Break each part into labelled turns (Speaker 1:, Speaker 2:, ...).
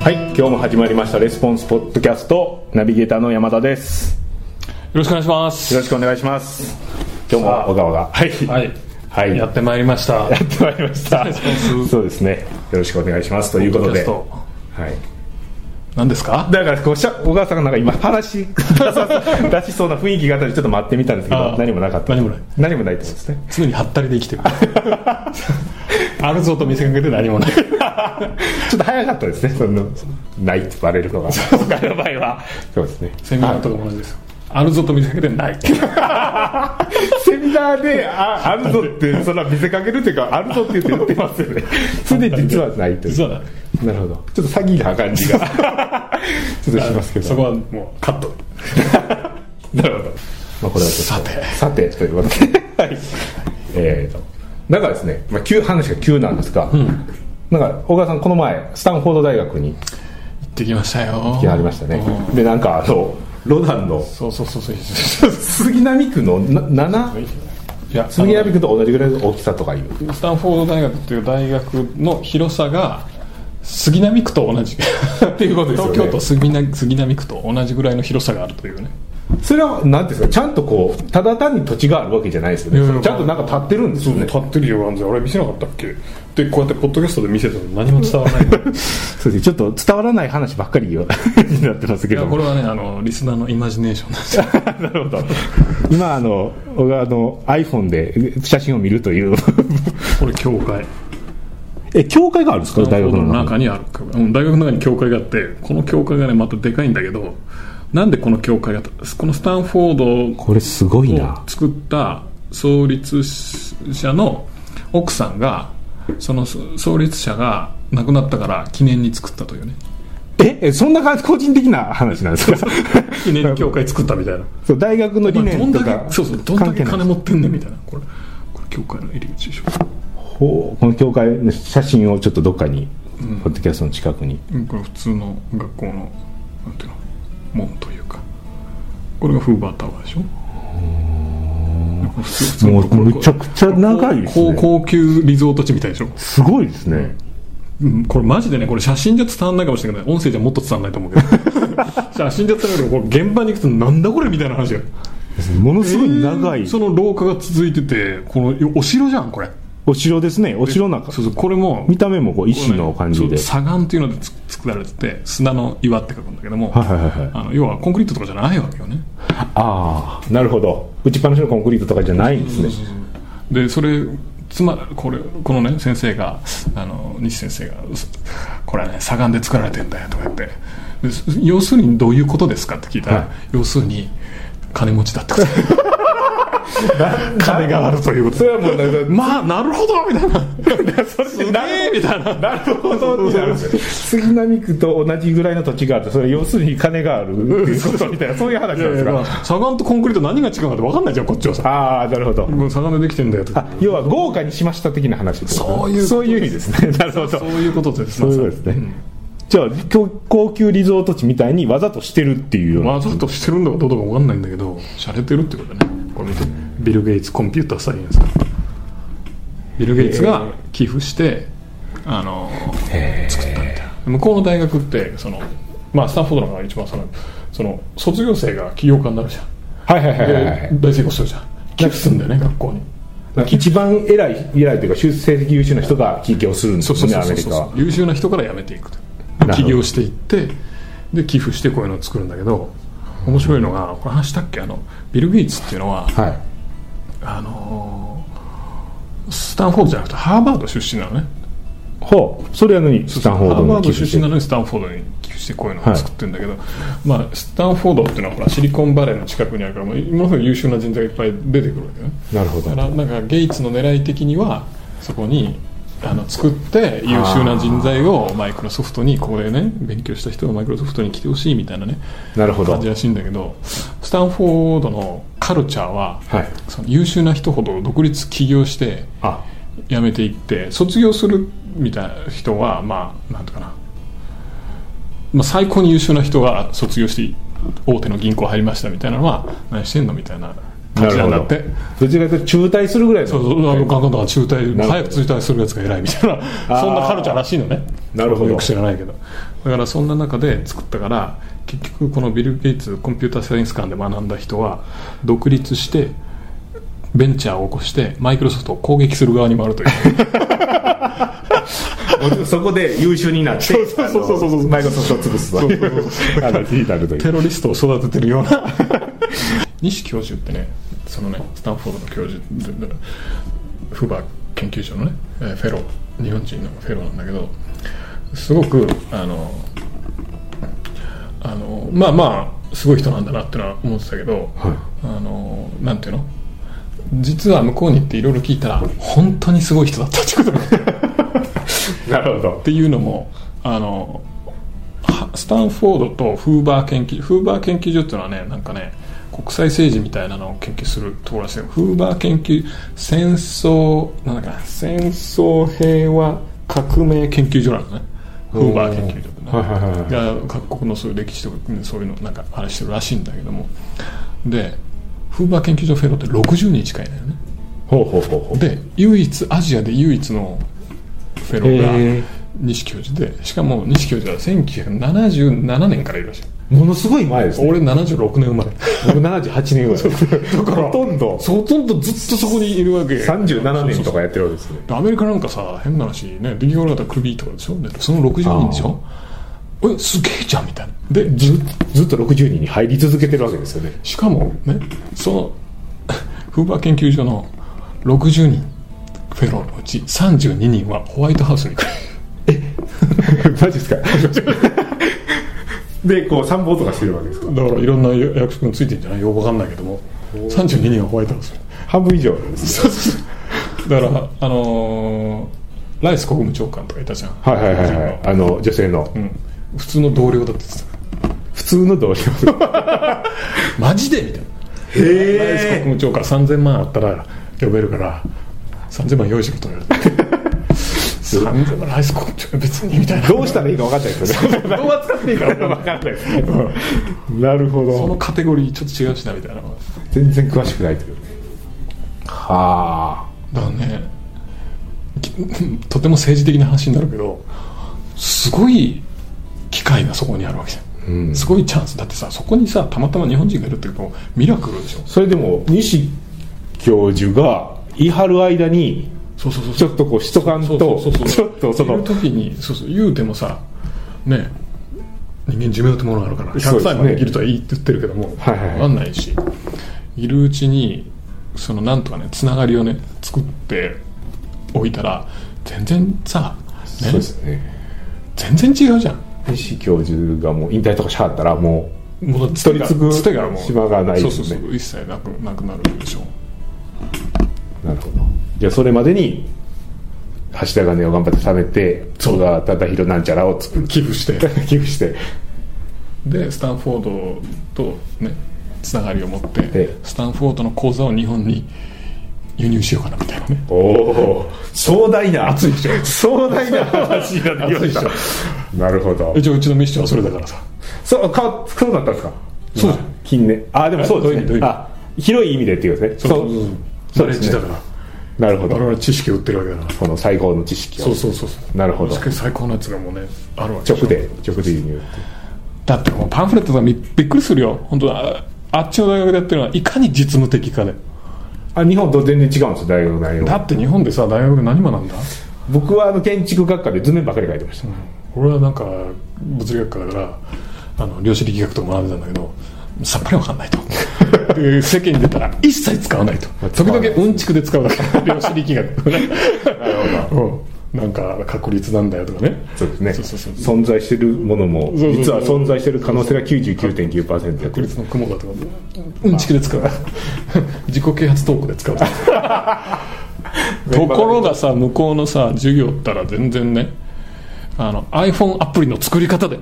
Speaker 1: はい今日も始まりましたレスポンスポッドキャストナビゲーターの山田です
Speaker 2: ろしくお願いします
Speaker 1: よろしくお願いします今日も小川がはい
Speaker 2: はい、
Speaker 1: はい
Speaker 2: や
Speaker 1: や
Speaker 2: っ
Speaker 1: って
Speaker 2: まいりました
Speaker 1: てまいりました
Speaker 2: レスポンス
Speaker 1: そうですねよろしくお願いしますということで
Speaker 2: ポッドキャ
Speaker 1: はい
Speaker 2: 何ですか
Speaker 1: だからこうしゃ小川さんがなんか今話 出しそうな雰囲気があったりちょっと待ってみたんですけ
Speaker 2: あ
Speaker 1: ど
Speaker 2: あ
Speaker 1: 何もなかった
Speaker 2: 何もない
Speaker 1: 何もないってことですね
Speaker 2: 常にハったりで生きてる あるぞと見せかけて何もない
Speaker 1: ちょっと早かったですねそのないってバレるのが小川の場合はそうですね
Speaker 2: セミナーとかも同じですよあるぞと見せかけてない
Speaker 1: セミナーでああるぞってそんな見せかけるっていうかあるぞって言って売ってますよ ねそれで実はないという
Speaker 2: 実はない
Speaker 1: なるほどちょっと詐欺な感じ がちょっとしますけど
Speaker 2: そこはもうカット
Speaker 1: なるほど、まあ、これはちょっと
Speaker 2: さて
Speaker 1: さてということで はいえーとなんかですね、まあ、急話が急なんですが、なんか小川さんこの前スタンフォード大学に
Speaker 2: 行ってきましたよ
Speaker 1: 来はりましたね
Speaker 2: うん
Speaker 1: でなんかあのロダンの
Speaker 2: そうそうそうそう
Speaker 1: 杉並区のな7
Speaker 2: いや
Speaker 1: 杉並区と同じぐらいの大きさとかいう
Speaker 2: あのスタンフォード大学という大学の広さが杉並区と同じ っていうこと
Speaker 1: ですよね
Speaker 2: 東京都杉並杉並区と同じぐらいの広さがあるというね
Speaker 1: それは何ですかちゃんとこうただ単に土地があるわけじゃないですよ
Speaker 2: いやいや
Speaker 1: ねちゃんとなんか立ってるんですよね
Speaker 2: 立ってるよ完全あれ見せなかったっけでこうやってポッドキャストで見せても何も伝わ らないい
Speaker 1: そうですねちょっと伝わらない話ばっかりよになってますけ
Speaker 2: や
Speaker 1: ど
Speaker 2: これはねあのリスナーのイマジネーションなんですよ
Speaker 1: なるほど今あの小川の iPhone で写真を見るという
Speaker 2: これ教会
Speaker 1: え教会があるんですか大学の
Speaker 2: の
Speaker 1: 中
Speaker 2: 中にある教会うん大学の中に教会があってこの教会がねまたでかいんだけどなんでこの教会がこのスタンフォード
Speaker 1: これすごいな
Speaker 2: を作った創立者の奥さんがその創立者が亡くなったから記念に作ったというね
Speaker 1: ええそんな感じ個人的な話なんですか
Speaker 2: 記念に教会作ったみたいな
Speaker 1: そう大学の理
Speaker 2: まあど
Speaker 1: 念
Speaker 2: ん
Speaker 1: と
Speaker 2: だ
Speaker 1: か
Speaker 2: けそうそうどんだ
Speaker 1: 関係
Speaker 2: け
Speaker 1: ない
Speaker 2: 金持ってんねんみたいなこれこれ教会の入り口でしょ
Speaker 1: ほうこの教会の写真をちょっとどっかに、ポッドキャストの近くに
Speaker 2: うんこれ普通の学校のなんていうの門というかこれがフーバータワーでしょ
Speaker 1: もうむちゃくちゃ長いです
Speaker 2: 高
Speaker 1: ね
Speaker 2: 高級リゾート地みたいでしょ、
Speaker 1: すごいですね
Speaker 2: うん、これマジでねこれ写真じゃ伝わんないかもしれないけど音声じゃもっと伝わんないと思 うけど写真じゃ伝わるけどこれ現場に行くとなんだこれみたいな話が
Speaker 1: ものすごい長い
Speaker 2: その廊下が続いててこのお城じゃんこれ
Speaker 1: お城ですねお城なんか
Speaker 2: そうそうこれも
Speaker 1: 見た目もこう石の感じで
Speaker 2: そう砂岩っていうのでつ作られてて砂の岩って書くんだけども、
Speaker 1: はいはいはいはい
Speaker 2: あの要はコンクリートとかじゃないわけよね
Speaker 1: ああなるほど打ちっぱなしのコンクリートとかじゃないんですね
Speaker 2: でそれつまこれこのね先生があの西先生がす「これはね砂岩で作られてんだよ」とか言ってです要するにどういうことですかって聞いたら、
Speaker 1: はい
Speaker 2: 要するに金持ちだってこと金があるということ
Speaker 1: それはもうなんか
Speaker 2: まあなるほどみたいなすげえみたいな
Speaker 1: なるほどってなるんですよ杉並区と同じぐらいの土地があってそれ要するに金があるっていうことみたいなそういう話なん
Speaker 2: いやい
Speaker 1: です
Speaker 2: やま
Speaker 1: か
Speaker 2: あ砂岩とコンクリート何が違うのかって分かんないじゃんこっちはさ
Speaker 1: ああなるほど
Speaker 2: もう魚でできてんだよと
Speaker 1: あ要は豪華にしました的な話ですね
Speaker 2: そういうこと
Speaker 1: そういう意味ですねなるほど
Speaker 2: そういうことです
Speaker 1: そういうことですね、じゃあ高高級リゾート地みたいにわざとしてるっていうような
Speaker 2: わざとしてるんだかどうだか分かんないんだけど洒落てるってことだねこれ見てビル・ゲイツコンピューターサイエンスビル・ゲイツが寄付して、あの作ったみたいな向こうの大学ってその、まあ、スタンフォードなんかが一番そのその卒業生が起業家になるじゃん
Speaker 1: はいはいはいはいは
Speaker 2: で
Speaker 1: い
Speaker 2: 大成功するじゃん寄付するんだよね学校に
Speaker 1: なんか一番偉い偉いというか出成績優秀な人が起業するんですよねアメリカは
Speaker 2: 優秀な人から辞めていくと
Speaker 1: ほど
Speaker 2: 起業していってで寄付してこういうのを作るんだけど面白いのがこれ話したっけあのビル・ゲイツっていうのは、
Speaker 1: はい
Speaker 2: あのースタンフォードじゃなくてハーバード出身なのね
Speaker 1: ほうそれやのにスタンフォード
Speaker 2: ハーバ
Speaker 1: の
Speaker 2: ード
Speaker 1: 寄付し
Speaker 2: 出
Speaker 1: て
Speaker 2: 身
Speaker 1: る
Speaker 2: なのにスタンフォードに寄付してこういうのを作ってるんだけど、まあ、スタンフォードっていうのはほらシリコンバレーの近くにあるからもうものすごい優秀な人材がいっぱい出てくるわけね
Speaker 1: なるほど
Speaker 2: だからなんかゲイツの狙い的にはそこにあの作って優秀な人材をマイクロソフトにここでね勉強した人がマイクロソフトに来てほしいみたいなね
Speaker 1: なるほど
Speaker 2: 感じらしいんだけどスタンフォードのカルチャーは、
Speaker 1: はい
Speaker 2: その優秀な人ほど独立起業して
Speaker 1: あ
Speaker 2: 辞めていって卒業するみたいな人はまあなんとかな、まあ、最高に優秀な人が卒業して大手の銀行入りましたみたいなのは何してんのみたいな
Speaker 1: な
Speaker 2: 感じ
Speaker 1: る
Speaker 2: な
Speaker 1: ほ
Speaker 2: んだっ
Speaker 1: ど
Speaker 2: て
Speaker 1: どちらかというと中退するぐらい
Speaker 2: そう
Speaker 1: の
Speaker 2: そうあのガンガンだから中退
Speaker 1: ど
Speaker 2: 早く中退するやつが偉いみたいなそんなカルチャーらしいのね
Speaker 1: なるほど
Speaker 2: よく知らないけどだからそんな中で作ったから結局このビル・ゲイツコンピューターサイエンス館で学んだ人は独立してベンチャーを起こしてマイクロソフトを攻撃する側にもあるという
Speaker 1: そこで優秀になって
Speaker 2: そうそうそうそうそう
Speaker 1: あのマイクロソフトを潰すというあのリーダルとい
Speaker 2: テ
Speaker 1: う
Speaker 2: ロリストを育ててるような 西教授ってねそのねスタンフォードの教授フーバー研究所のねえーフェロー日本人のフェローなんだけどすごくあのあのまあまあすごい人なんだなってのは思ってたけど、
Speaker 1: はい
Speaker 2: あのなんていうの実は向こうに行っていろいろ聞いたら本当にすごい人だったってことが
Speaker 1: なるほど
Speaker 2: っていうのもあのはスタンフォードとフーバー研究フーバー研究所っていうのはねなんかね国際政治みたいなのを研究するところらしいよフーバー研究戦争なんだっけな戦争平和革命研究所なのねフーバー研究所ってね、
Speaker 1: はいはいはいはい
Speaker 2: が各国のそういう歴史とかねそういうのなんか話してるらしいんだけどもでフーバー研究所フェローって60人近いのよね
Speaker 1: ほうほうほうほう
Speaker 2: で唯一アジアで唯一のフェロ
Speaker 1: へ
Speaker 2: ー
Speaker 1: え
Speaker 2: が西教授でしかも西教授は1977年からいるらしい
Speaker 1: ものすごい前ですね
Speaker 2: 俺76年生まれ
Speaker 1: 僕78年ぐらいだからほとんど
Speaker 2: ほとんどずっとそこにいるわけ
Speaker 1: 37年とか
Speaker 2: や
Speaker 1: やってるわけですね
Speaker 2: アメリカなんかさ変な話ね出来事があったらクビとかでしょでその60人でしょえすげえじゃんみたいなで
Speaker 1: ずずっと60人に入り続けてるわけですよね
Speaker 2: しかもねその フーバー研究所の60人フェローのうち32人はホワイトハウスに来る
Speaker 1: マジ ですかでこう参謀とかしてるわけですか
Speaker 2: だからいろんな役職についてんじゃないよくわかんないけども32人はホワイトハウス
Speaker 1: 半分以 上です
Speaker 2: そうそうそうだからあのーライス国務長官とかいたじゃん、
Speaker 1: はいはいはいはいあの女性の
Speaker 2: うん、普通の同僚だって言ってた
Speaker 1: 普通の同僚
Speaker 2: マジでみたいなライス
Speaker 1: へ
Speaker 2: 国務長官3000万あったら呼べるから3000万用意しろと言われて 3000万ライス国務長官別にみたいな
Speaker 1: どうしたらいいか分かんないですよねどう扱っていいか分かんないですねなるほ
Speaker 2: その
Speaker 1: ど
Speaker 2: カテゴリーちょっと違うしなみたいな
Speaker 1: 全然詳しくないというねはあ
Speaker 2: だからねきとても政治的な話になるけどすごい機会がそこにあるわけじゃん、すごいチャンスだってさそこにさたまたま日本人がいるっていうとミラクルでしょ
Speaker 1: それでも西教授が言い張る間に
Speaker 2: そうそうそう
Speaker 1: ちょっとこうしとかんと
Speaker 2: そうそうそう
Speaker 1: ちょっとそ
Speaker 2: いる
Speaker 1: の
Speaker 2: 時にそうそう言うてもさね人間寿命ってものがあるから
Speaker 1: そうで
Speaker 2: 100
Speaker 1: すね
Speaker 2: 歳まで生きるとは言いって言ってるけども、
Speaker 1: はいはいはい
Speaker 2: 分かんないしいるうちにそのなんとかねつながりをね作っておいたら全然さ、
Speaker 1: そう
Speaker 2: ね
Speaker 1: で、すね
Speaker 2: 全然違うじゃん
Speaker 1: 西教授がもう引退とかしはったらも
Speaker 2: もう
Speaker 1: 取り継ぐ
Speaker 2: つてがもう
Speaker 1: 島がない
Speaker 2: そう
Speaker 1: です
Speaker 2: そ
Speaker 1: ね
Speaker 2: うそう一切なくなくなるでしょ
Speaker 1: うなるほどじゃあそれまでに橋田金を頑張って貯めて
Speaker 2: そう
Speaker 1: 小川忠宏なんちゃらを作る
Speaker 2: 寄付して
Speaker 1: 寄付して
Speaker 2: でスタンフォードとねつながりを持って、
Speaker 1: え
Speaker 2: スタンフォードの口座を日本に輸入しようかなみたいなね
Speaker 1: おお壮大な
Speaker 2: 熱いでしょ
Speaker 1: 壮大な話になってきました
Speaker 2: 熱いで
Speaker 1: なるほど
Speaker 2: えじゃあうちのミッションはそれだからさ
Speaker 1: そう変わっそうだったんですか
Speaker 2: そう
Speaker 1: 近年あでもそうです
Speaker 2: どういう意味どういう意
Speaker 1: ね
Speaker 2: 味
Speaker 1: あ広い意味でっていうことですね
Speaker 2: そう
Speaker 1: そう
Speaker 2: ナ
Speaker 1: で
Speaker 2: レッジ
Speaker 1: す
Speaker 2: だ
Speaker 1: ね
Speaker 2: から
Speaker 1: なるほ
Speaker 2: 我
Speaker 1: ど
Speaker 2: 々知識を売ってるわけだから
Speaker 1: この最高の知識を
Speaker 2: そうそうそうそう
Speaker 1: なるほど
Speaker 2: 最高のやつがもうねあるわけしょ
Speaker 1: 直で直で輸入って
Speaker 2: だってもうパンフレットとかみびっくりするよ本当ああっちの大学でやってるのはいかに実務的かで
Speaker 1: あ日本と全然違うんですよ大学の内容
Speaker 2: だ
Speaker 1: が
Speaker 2: って日本でさ大学で何学んだ
Speaker 1: 僕はあの建築学科で図面ばっかり書いてました、
Speaker 2: 俺はなんか物理学科だからあの量子力学とか学んでたんだけどさっぱりわかんないと で世間に出たら一切使わないと
Speaker 1: 使
Speaker 2: 時
Speaker 1: わない
Speaker 2: 々うんちくで使うだけ量子力学なるほど、うん、なんか確率なんだよとかね
Speaker 1: そうですね
Speaker 2: そうそうそう
Speaker 1: 存在してるものも
Speaker 2: そうそう
Speaker 1: 実は存在してる可能性が99.9%やって
Speaker 2: 確
Speaker 1: る
Speaker 2: 率の雲だとかうんちくで使う 自己啓発トークで使うところがさ向こうのさ授業ったら全然ねあの iPhone アプリの作り方で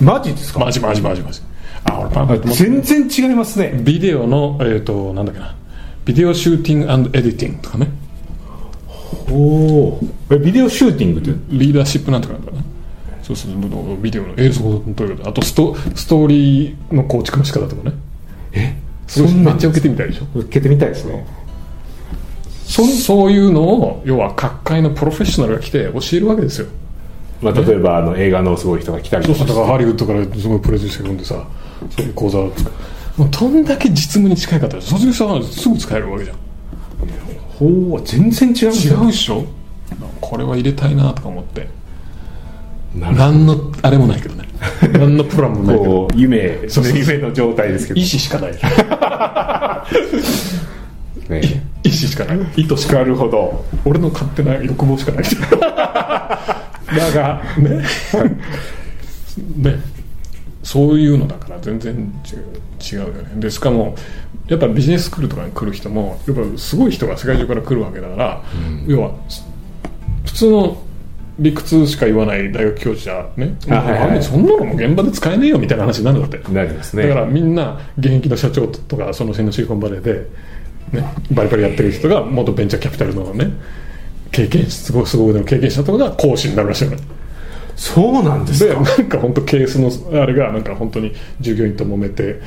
Speaker 1: マジですか
Speaker 2: マジマジマジマジあ俺パンフレット持ってる
Speaker 1: 全然違いますね
Speaker 2: ビデオの、えー、となんだっけなビデオシューティングエディティングとかね
Speaker 1: おおビデオシューティングって
Speaker 2: リーダーシップなんとかなんかねそうそうビデオの映像の撮り方あとストストーリーの構築の仕方とかね
Speaker 1: そん
Speaker 2: め
Speaker 1: な
Speaker 2: っちゃ受けてみたいでしょ
Speaker 1: 受けてみたいですね
Speaker 2: そそういうのを要は各界のプロフェッショナルが来て教えるわけですよ
Speaker 1: まあ、例えばあの映画のすごい人が来たり
Speaker 2: そ
Speaker 1: と
Speaker 2: う
Speaker 1: か
Speaker 2: そうだからハリウッドからすごいプロデュースが来んでさそういう講座を作るもうどんだけ実務に近い方だ卒業したらすぐ使えるわけじゃん
Speaker 1: ほう全然違うんです
Speaker 2: 違
Speaker 1: よ
Speaker 2: うっしょこれは入れたいなとか思って
Speaker 1: な
Speaker 2: 何のあれも ないけどね何のプランもないけど
Speaker 1: こう夢そ
Speaker 2: そ
Speaker 1: う
Speaker 2: そう
Speaker 1: の夢の状態ですけど
Speaker 2: 意思しかない
Speaker 1: ね
Speaker 2: 意思しかない意図しか
Speaker 1: なるほど
Speaker 2: 俺の勝手な欲望しかないだがねねそういうのだから全然違う違うよねでしかもやっぱビジネススクールとかに来る人もやっぱすごい人が世界中から来るわけだから、要は普通の理屈しか言わない大学教授じゃね
Speaker 1: あはいはい
Speaker 2: あれそんなのも現場で使えねえよみたいな話になるんだって
Speaker 1: なりますね
Speaker 2: だからみんな現役の社長とかその辺のシリコンバレーで、ね、バリバリやってる人が元ベンチャーキャピタルのね経験すごいすごいの経験したところが講師になるらしいのね
Speaker 1: そうなんです
Speaker 2: で
Speaker 1: か
Speaker 2: なんか本当ケースのあれがなんか本当に従業員と揉めて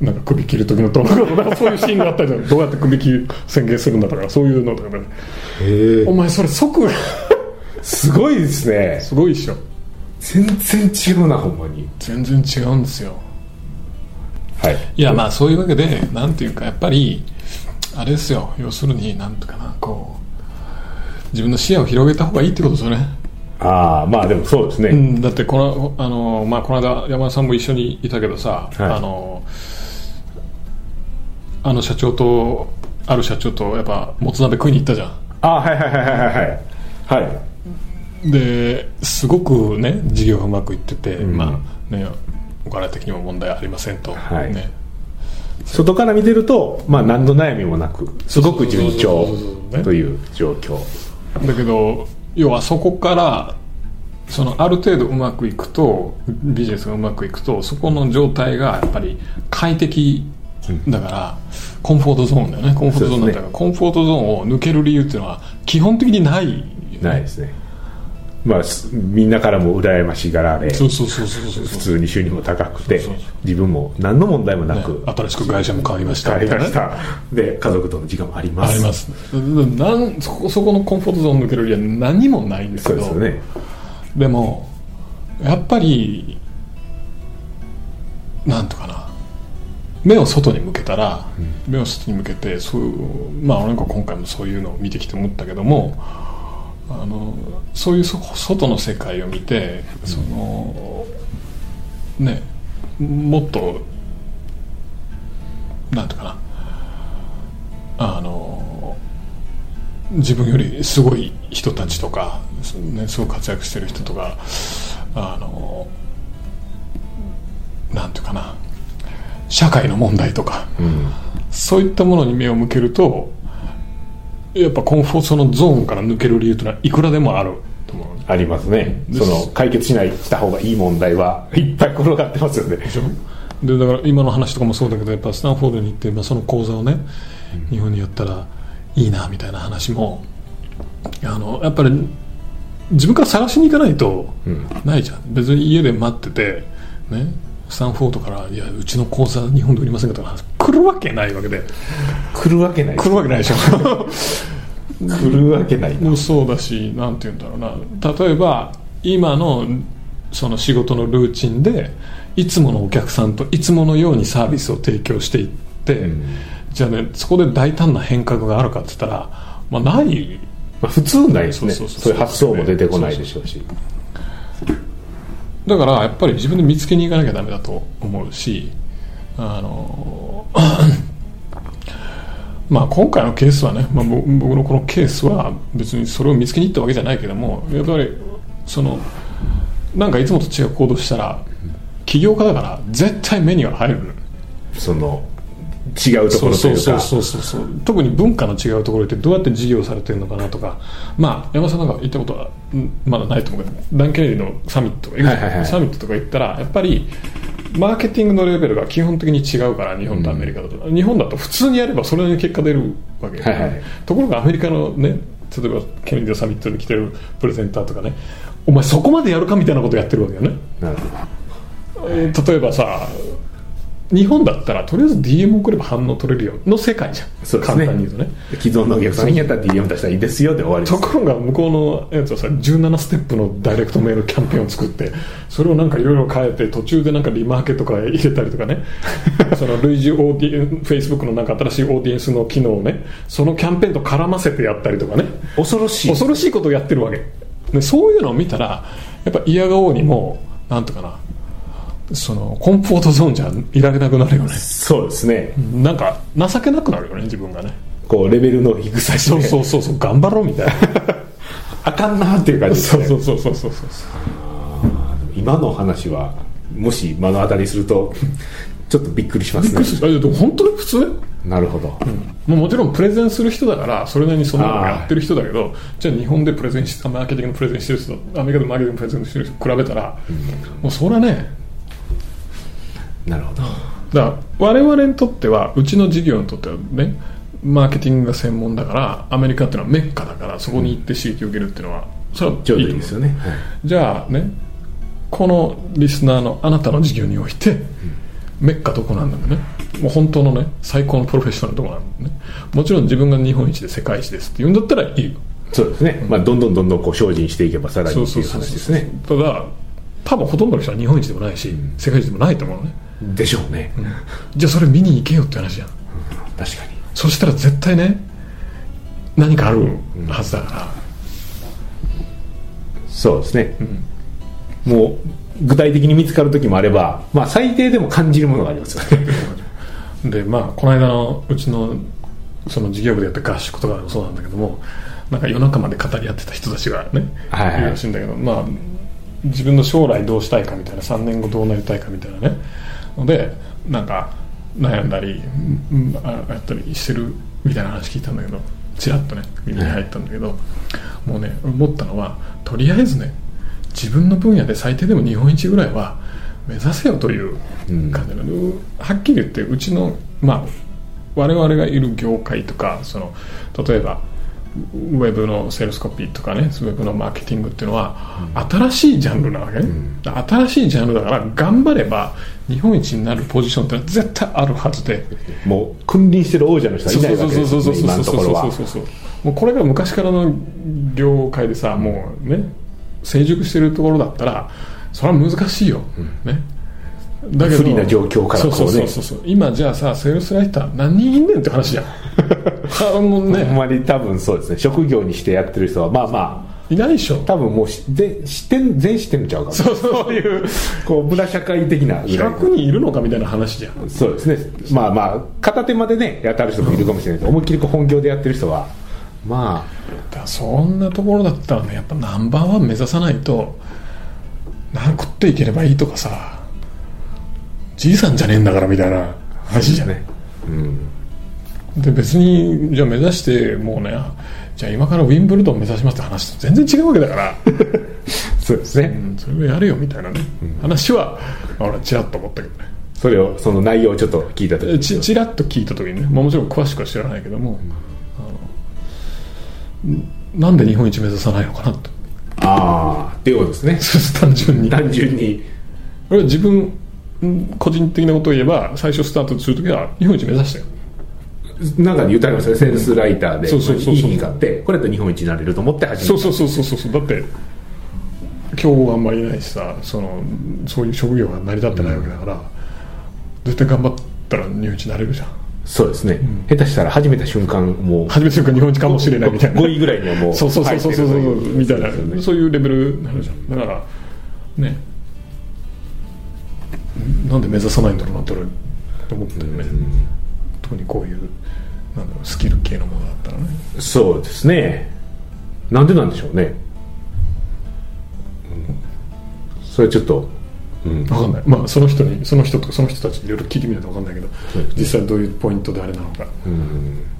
Speaker 2: なんか首切る時のどうのこうのなんかそういうシーンがあったじゃんどうやって首切り宣言するんだとかそういうのとかね
Speaker 1: へ
Speaker 2: お前それ即
Speaker 1: すごいですね
Speaker 2: すごいっしょ
Speaker 1: 全然違うなほんまに
Speaker 2: 全然違うんですよ
Speaker 1: はい
Speaker 2: いやまあそういうわけでなんていうかやっぱりあれですよ要するになんとかなこう自分の視野を広げた方がいいってことですよね、
Speaker 1: ああまあでもそうですね、
Speaker 2: うん、だってこのあの、まあ、この間山田さんも一緒にいたけどさ、
Speaker 1: はい
Speaker 2: あのあの社長とある社長とやっぱもつ鍋食いに行ったじゃ
Speaker 1: ああはいはいはいはいはいはい
Speaker 2: んですごくね事業がうまくいってて、
Speaker 1: ん
Speaker 2: まあねお金的にも問題ありませんと、
Speaker 1: はい
Speaker 2: ね
Speaker 1: 外から見てると、まあ、何の悩みもなくすごく順調
Speaker 2: そうそうそうそうね
Speaker 1: という状況
Speaker 2: だけど要はそこからそのある程度うまくいくとビジネスがうまくいくとそこの状態がやっぱり快適だから、コンフォートゾーンだよねコンフォートゾーンだったから、コンフォートゾーンを抜ける理由っていうのは基本的にないよね
Speaker 1: ないですねまあすみんなからも羨ましがられ
Speaker 2: そう
Speaker 1: 普
Speaker 2: そうそうそうそうそう
Speaker 1: 通に収入も高くて
Speaker 2: そうそうそう
Speaker 1: 自分も何の問題もなく
Speaker 2: ね新しく会社も変わりました
Speaker 1: 帰りまし
Speaker 2: ね
Speaker 1: たで家族との時間もありま
Speaker 2: あ
Speaker 1: す
Speaker 2: りますなんそこそこのコンフォートゾーンを抜ける理由は何もないんです
Speaker 1: そう
Speaker 2: けど
Speaker 1: ですよね
Speaker 2: でもやっぱりなんとかな目を外に向けたら、目を外に向けてそうまあなんか今回もそういうのを見てきて思ったけどもあのそういうそ外の世界を見てその、ねもっとなんとかなあの自分よりすごい人たちとか、ね、すごい活躍してる人とかあのなんていうかな社会の問題とか
Speaker 1: うん
Speaker 2: そういったものに目を向けるとやっぱコンフォートのゾーンから抜ける理由というのはいくらでもあると思う
Speaker 1: ありますね
Speaker 2: です
Speaker 1: その解決しないした方がいい問題はいっぱい転がってますよね
Speaker 2: でしょでだから今の話とかもそうだけどやっぱスタンフォードに行って、まあ、その講座をね日本にやったらいいなみたいな話もあのやっぱり自分から探しに行かないと
Speaker 1: ん
Speaker 2: ないじゃん、別に家で待っててねスタンフォードから「いやうちの講座日本で売りませんか?」とか話来るわけないわけで
Speaker 1: 来るわけない
Speaker 2: 来るわけないでしょ
Speaker 1: 来るわけないな
Speaker 2: もうそうだしなんて言うんだろうな例えば今のその仕事のルーチンでいつものお客さんといつものようにサービスを提供していって、
Speaker 1: ん
Speaker 2: じゃあねそこで大胆な変革があるかって言ったら、まあ、ない
Speaker 1: まあ普通ないですね
Speaker 2: そうそうそう
Speaker 1: そういう発想も出てこないでしょうし
Speaker 2: だからやっぱり自分で見つけに行かなきゃダメだと思うしあの まあ今回のケースはね、まあ、ぼ僕のこのケースは別にそれを見つけに行ったわけじゃないけどもやっぱりそのなんかいつもと違う行動したら起業家だから絶対目には入る
Speaker 1: その違うところというか
Speaker 2: そうそうそうそうそう特に文化の違うところってどうやって事業されてるのかなとかまあ山田さんなんか行ったことはんまだないと思うけどダン・ケネディのサミットとか行く
Speaker 1: はいはいはい
Speaker 2: サミットとか行ったらやっぱりマーケティングのレベルが基本的に違うから日本とアメリカだと、日本だと普通にやればそれなりに結果出るわけ、
Speaker 1: はいはい
Speaker 2: ところがアメリカのね例えばケネディのサミットに来てるプレゼンターとかねお前そこまでやるかみたいなことやってるわけよね
Speaker 1: なるほど
Speaker 2: 例えばさ日本だったらとりあえず DM 送れば反応取れるよの世界じゃん
Speaker 1: そうですね
Speaker 2: 簡単に言うとね
Speaker 1: 既存のお客さんにやったら DM 出したらいいですよで終わりです
Speaker 2: ところが向こうのやつはさ17ステップのダイレクトメールキャンペーンを作ってそれをなんかいろいろ変えて途中でなんかリマーケとか入れたりと かねその類似オーディエンフェイスブックのなんか新しいオーディエンスの機能をねそのキャンペーンと絡ませてやったりとかね
Speaker 1: 恐ろしい
Speaker 2: 恐ろしいことをやってるわけでそういうのを見たらやっぱ嫌がおうにもなんとかなそのコンフォートゾーンじゃいられなくなるよね
Speaker 1: そうですね、
Speaker 2: なんか情けなくなるよね自分がね
Speaker 1: こうレベルの低さして
Speaker 2: そうそうそうそう頑張ろうみたいな
Speaker 1: あかんなっていう感じです
Speaker 2: そう
Speaker 1: ね
Speaker 2: そうそうそうそうそう
Speaker 1: 今の話はもし目の当たりするとちょっとびっくりしま
Speaker 2: びっ
Speaker 1: す
Speaker 2: く
Speaker 1: ね
Speaker 2: りするあいやでも本当に普通だよ
Speaker 1: なるほど、
Speaker 2: もうもちろんプレゼンする人だからそれなりにそんなのやってる人だけどじゃあ日本でプレゼンしマーケティングのプレゼンしてる人とアメリカでマーケティングのプレゼンしてる人と比べたら、もうそれはね
Speaker 1: なるほど
Speaker 2: だから我々にとってはうちの事業にとってはねマーケティングが専門だからアメリカっていうのはメッカだからそこに行って刺激を受けるっていうのはそれはいい
Speaker 1: ち
Speaker 2: と
Speaker 1: ょう
Speaker 2: 思
Speaker 1: ど
Speaker 2: う
Speaker 1: いいですよね、はい
Speaker 2: じゃあねこのリスナーのあなたの事業において、メッカどこなんだろうねもう本当のね最高のプロフェッショナルどこなんだろうねもちろん自分が日本一で世界一ですって言うんだったらいいよ
Speaker 1: そうですね、まあ、どんどんどんどんこう精進していけばさらにっていう話ですね
Speaker 2: ただ多分ほとんどの人は日本一でもないし、世界一でもないと思うのね
Speaker 1: でしょうね、
Speaker 2: じゃあそれ見に行けよって話じゃん
Speaker 1: 確かに
Speaker 2: そしたら絶対ね何かあるはずだから、
Speaker 1: そうですね、もう具体的に見つかる時もあれば、まあ、最低でも感じるものがありますよね
Speaker 2: でまあこの間のうちのその事業部でやった合宿とかもそうなんだけどもなんか夜中まで語り合ってた人たちがね、
Speaker 1: はいはい
Speaker 2: るらしいんだけどまあ自分の将来どうしたいかみたいな3年後どうなりたいかみたいなねのでなんか悩んだりうんあやったりしてるみたいな話聞いたんだけどちらっとね耳に入ったんだけど、もうね思ったのはとりあえずね自分の分野で最低でも日本一ぐらいは目指せよという感じなの、はっきり言ってうちの、まあ、我々がいる業界とかその例えばウェブのセールスコピーとかねウェブのマーケティングっていうのは新しいジャンルなわけね、新しいジャンルだから頑張れば日本一になるポジションってのは絶対あるはずで
Speaker 1: もう君臨してる王者の人はいないわけです
Speaker 2: そう
Speaker 1: よ
Speaker 2: そう
Speaker 1: ね
Speaker 2: そう
Speaker 1: 今
Speaker 2: そう
Speaker 1: のと
Speaker 2: そう
Speaker 1: ころ
Speaker 2: そう
Speaker 1: は
Speaker 2: そうそうもうこれが昔からの業界でさもうね成熟してるところだったらそれは難しいよ、ねだ
Speaker 1: 不利な状況からこうね
Speaker 2: そうそうそうそう今じゃあさセールスライター何人いんねんって話 じゃんあもう
Speaker 1: ほん
Speaker 2: ね
Speaker 1: まに多分そうですね職業にしてやってる人はまあまあ
Speaker 2: いないでしょ
Speaker 1: 多分もうしで知ってん全員知ってんちゃうか
Speaker 2: そうそうそういう
Speaker 1: こう村社会的なぐらいの
Speaker 2: 100人いるのかみたいな話じゃん
Speaker 1: そうですねまあまあ片手までねやってある人もいるかもしれないけど思いっきりこう本業でやってる人はまあ
Speaker 2: だからそんなところだったらねやっぱナンバーワン目指さないとなんか食っていければいいとかさじいさんじゃねえんだからみたいな話じゃね
Speaker 1: ね
Speaker 2: で別にじゃあ目指してもうねじゃあ今からウィンブルドン目指しますって話と全然違うわけだから、
Speaker 1: そうですね、
Speaker 2: うんそれをやれよみたいなね、話はまあ俺はちらっと思ったけどね
Speaker 1: それをその内容をちょっと聞いた
Speaker 2: え
Speaker 1: 時
Speaker 2: ちちらっと聞いた時にね、まあ、もちろん詳しくは知らないけども、あのんなんで日本一目指さないのかなと
Speaker 1: ああっていうことですね
Speaker 2: 単純に
Speaker 1: 単純に
Speaker 2: 俺は自分ん個人的なことを言えば最初スタートするときは日本一目指したよ
Speaker 1: なんかに言ったりますよねセールスライターで
Speaker 2: そうそうそうそう
Speaker 1: いい日があってこれだと日本一になれると思って始めた
Speaker 2: そうそうそうそうそうそうだって競合があんまりいないしさそのそういう職業が成り立ってないわけだから、絶対頑張ったら日本一になれるじゃん
Speaker 1: そうですね、下手したら始めた瞬間もう
Speaker 2: 初めてか日本一かもしれないみたいな
Speaker 1: 5位ぐらいにはもう
Speaker 2: そうそうそうそうそうそうみたいなそういうレベルになるじゃんだからねなんで目指さないんだろうなって俺思ったよね特にこういうなんだろうスキル系のものだったらね
Speaker 1: そうですねなんでなんでしょうね、うんそれちょっと
Speaker 2: 分かんないまあその人にその人とかその人たちにいろいろ聞いてみないと分かんないけど実際どういうポイントであれなのか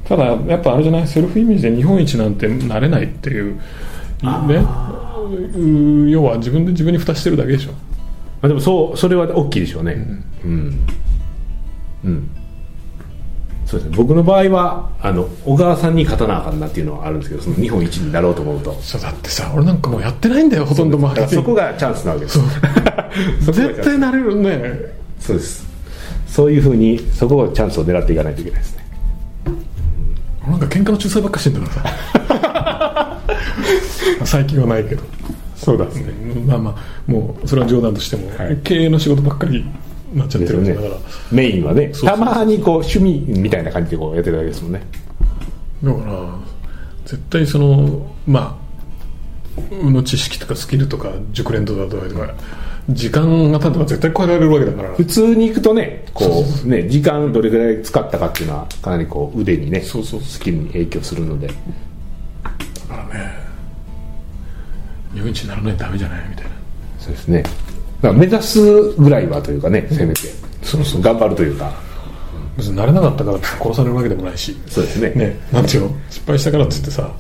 Speaker 2: ただやっぱあれじゃないセルフイメージで日本一なんてなれないっていうねう要は自分で自分に蓋してるだけでしょ
Speaker 1: まあでもそうそれは大きいでしょうねうん、うんそうですね僕の場合はあの小川さんに勝たなあかんなっていうのはあるんですけどその日本一になろうと思 うと
Speaker 2: そうだってさ俺なんかもうやってないんだよほとんどマーケティン
Speaker 1: そ
Speaker 2: グ
Speaker 1: こがチャンスなわけですそこがチャンス
Speaker 2: 絶対なれるね
Speaker 1: そうですそういうふうにそこをチャンスを狙っていかないといけないですね
Speaker 2: なんか喧嘩の仲裁ばっかしてんだ からさ最近はないけど
Speaker 1: そうだです
Speaker 2: まあまあもうそれは冗談としても、
Speaker 1: はい
Speaker 2: 経営の仕事ばっかりになっちゃって
Speaker 1: です
Speaker 2: る
Speaker 1: よ
Speaker 2: わけ
Speaker 1: ね
Speaker 2: だから、
Speaker 1: メインはね
Speaker 2: そうそうそう
Speaker 1: たまにこう趣味みたいな感じでこうやってるだけですもんね
Speaker 2: だから絶対そのまあの知識とかスキルとか熟練度だとかとか時間が経てば絶対超えられるわけだから
Speaker 1: 普通に行くとね
Speaker 2: そう
Speaker 1: こ
Speaker 2: そう
Speaker 1: ね時間どれぐらい使ったかっていうのはかなりこう腕にね
Speaker 2: そうそうそ
Speaker 1: スキルに影響するので
Speaker 2: うだからね日本一にならないとダメじゃないみたいな
Speaker 1: そうですねだから目指すぐらいはというかねせめてそうそう頑張るというか
Speaker 2: 別になれなかったからって殺されるわけでもないし
Speaker 1: そうですね
Speaker 2: ねなんていうの失敗したからって言ってさ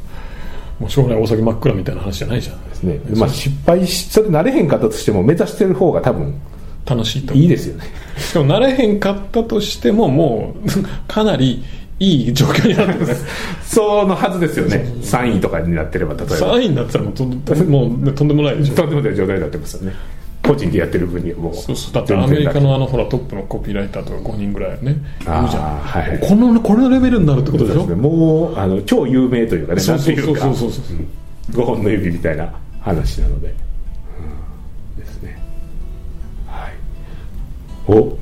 Speaker 2: もうしょうがないお酒真っ暗みたいな話じゃないじゃん
Speaker 1: ねまあ、失敗しそれなれへんかったとしても目指してる方が多分
Speaker 2: 楽しいと
Speaker 1: いいです よね
Speaker 2: しかもなれへんかったとしてももう かなりいい状況になってるね
Speaker 1: そうのはずですよね3位とかになってれば例えば
Speaker 2: 3位になってたらもうとんもうねとんでもないでしょ
Speaker 1: とんでもない状態になってますよね個人でやってる分にはもう
Speaker 2: そうそうだってアメリカのあのほらトップのコピーライターとか5人ぐらいねいるじ
Speaker 1: あー
Speaker 2: ゃん、
Speaker 1: はい
Speaker 2: このこれのレベルになるってことでしょ
Speaker 1: そうですねもうあの超有名というかね
Speaker 2: そうそうそう
Speaker 1: なんていか
Speaker 2: そうそうそう
Speaker 1: 5本の指みたいな話なので、うんですねはいお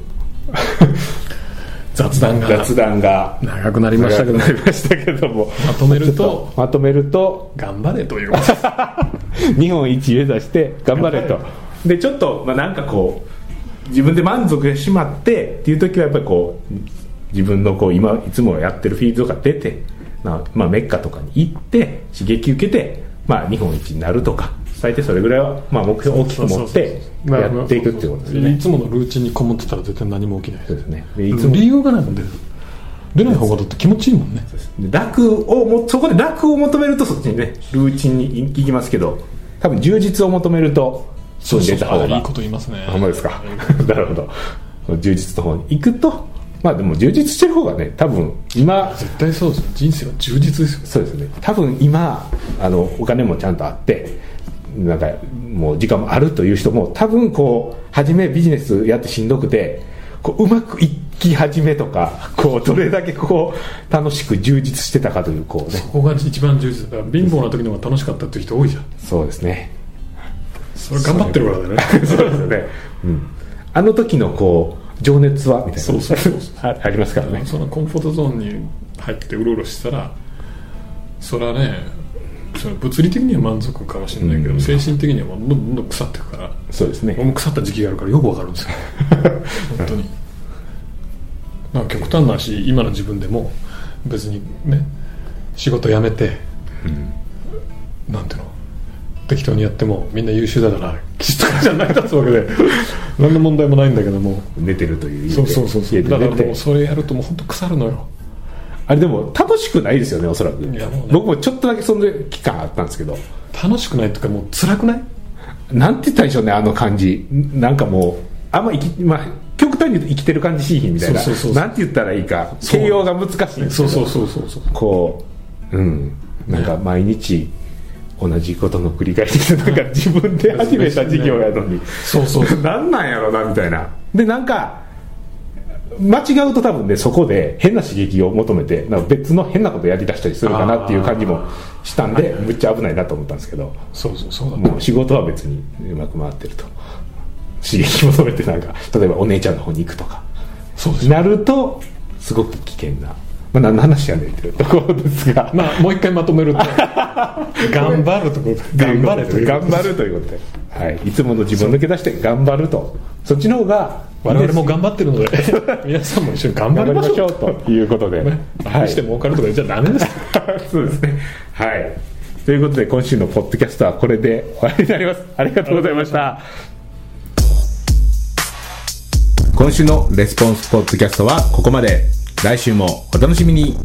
Speaker 2: 雑談が
Speaker 1: 雑談が
Speaker 2: 長くなりましたけど
Speaker 1: 長くなりましたけども
Speaker 2: まとめる
Speaker 1: ちょ
Speaker 2: と
Speaker 1: っまとめると
Speaker 2: 頑張れということ
Speaker 1: 日本一目指して頑張れとでちょっと、まあ、なんかこう自分で満足してしまってっていう時はやっぱりこう自分のこう今いつもやってるフィールドが出て、なまあ、メッカとかに行って刺激受けて、まあ、日本一になるとか最低それぐらいは、まあ、目標を大きく持ってやっていくっていうことですよね
Speaker 2: いつものルーチンにこもってたら絶対何も起きない
Speaker 1: そうですねでいつも
Speaker 2: 理由がないもん出る出ない方がだって気持ちいいもんね
Speaker 1: で楽をもそこで楽を求めるとそっちにねルーチンに行きますけど多分充実を求めると
Speaker 2: そうそう
Speaker 1: 出た方が
Speaker 2: あいいこと言いますね
Speaker 1: あほんまですか なるほどその充実の方に行くとまあでも充実してる方がね多分今
Speaker 2: 絶対そうですよ人生は充実ですよ
Speaker 1: そうですね多分今あのお金もちゃんとあってなんかもう時間もあるという人も多分こう初めビジネスやってしんどくてこううまくいき始めとかこうどれだけこう楽しく充実してたかというこうね
Speaker 2: ここが一番充実だから貧乏な時の方が楽しかったっていう人多いじゃん
Speaker 1: そうですね
Speaker 2: それ頑張ってるからだよね
Speaker 1: そうですよね、うん、あの時のこう情熱はみたいな
Speaker 2: そうそうそうそ
Speaker 1: あありますからね
Speaker 2: そのコンフォートゾーンに入ってうろうろしてたらそれはねその物理的には満足かもしれないけど、
Speaker 1: うん
Speaker 2: 精神的にはもうどんどんどんどん腐っていくから
Speaker 1: そうです
Speaker 2: 俺
Speaker 1: ね
Speaker 2: も腐った時期があるからよくわかるんですよ本当になんか極端な話今の自分でも別にね仕事辞めて、なんていうの適当にやってもみんな優秀だからきちっとかじゃない立つわけで何の問題もないんだけども
Speaker 1: 寝てるという意味で
Speaker 2: そうそうそうそう
Speaker 1: 家
Speaker 2: だか
Speaker 1: で
Speaker 2: ら
Speaker 1: 寝
Speaker 2: も
Speaker 1: て
Speaker 2: うそれやるともう本当腐るのよ
Speaker 1: あれでも楽しくないですよねおそらく、
Speaker 2: やもうね
Speaker 1: 僕もちょっとだけその期間あったんですけど
Speaker 2: 楽しくないとかもう辛くない
Speaker 1: なんて言ったらいいんでしょうねあの感じんなんかもうあんま生き、まあ、極端に言うと生きてる感じしいひんみたいな
Speaker 2: そうそうそう
Speaker 1: なんて言ったらいいか
Speaker 2: そう
Speaker 1: 形容が難しいんですけど
Speaker 2: そうそうそうそうそう
Speaker 1: こううんなんか毎日同じことの繰り返しでなんか自分で始めた事業やのに
Speaker 2: そうそうそう
Speaker 1: 何 なんやろなみたいなでなんか間違うと多分ねそこで変な刺激を求めてなんか別の変なことやりだしたりするかなっていう感じもしたんでむっちゃ危ないなと思ったんですけど
Speaker 2: そうそうそうだ
Speaker 1: もう仕事は別にうまく回ってると刺激求めてなんか例えばお姉ちゃんの方に行くとか
Speaker 2: そうです
Speaker 1: なるとすごく危険な、まあ、何の話やねんっていうところですが
Speaker 2: まあもう一回まとめる と頑張るとこ頑張れという
Speaker 1: 頑張るということで、はい、いつもの自分を抜け出して頑張るとそっちの方が
Speaker 2: 我々も頑張ってるの で皆さんも一緒に頑
Speaker 1: 頑張
Speaker 2: 張り
Speaker 1: り
Speaker 2: ま
Speaker 1: ま
Speaker 2: し
Speaker 1: し
Speaker 2: ょ
Speaker 1: ょ
Speaker 2: う
Speaker 1: うということで、
Speaker 2: ね
Speaker 1: は
Speaker 2: 何
Speaker 1: い
Speaker 2: して儲かるとかじゃダメですよ
Speaker 1: そうですねはいということで今週のポッドキャストはこれで終わりになりますありがとうございました今週のレスポンスポッドキャストはここまで来週もお楽しみに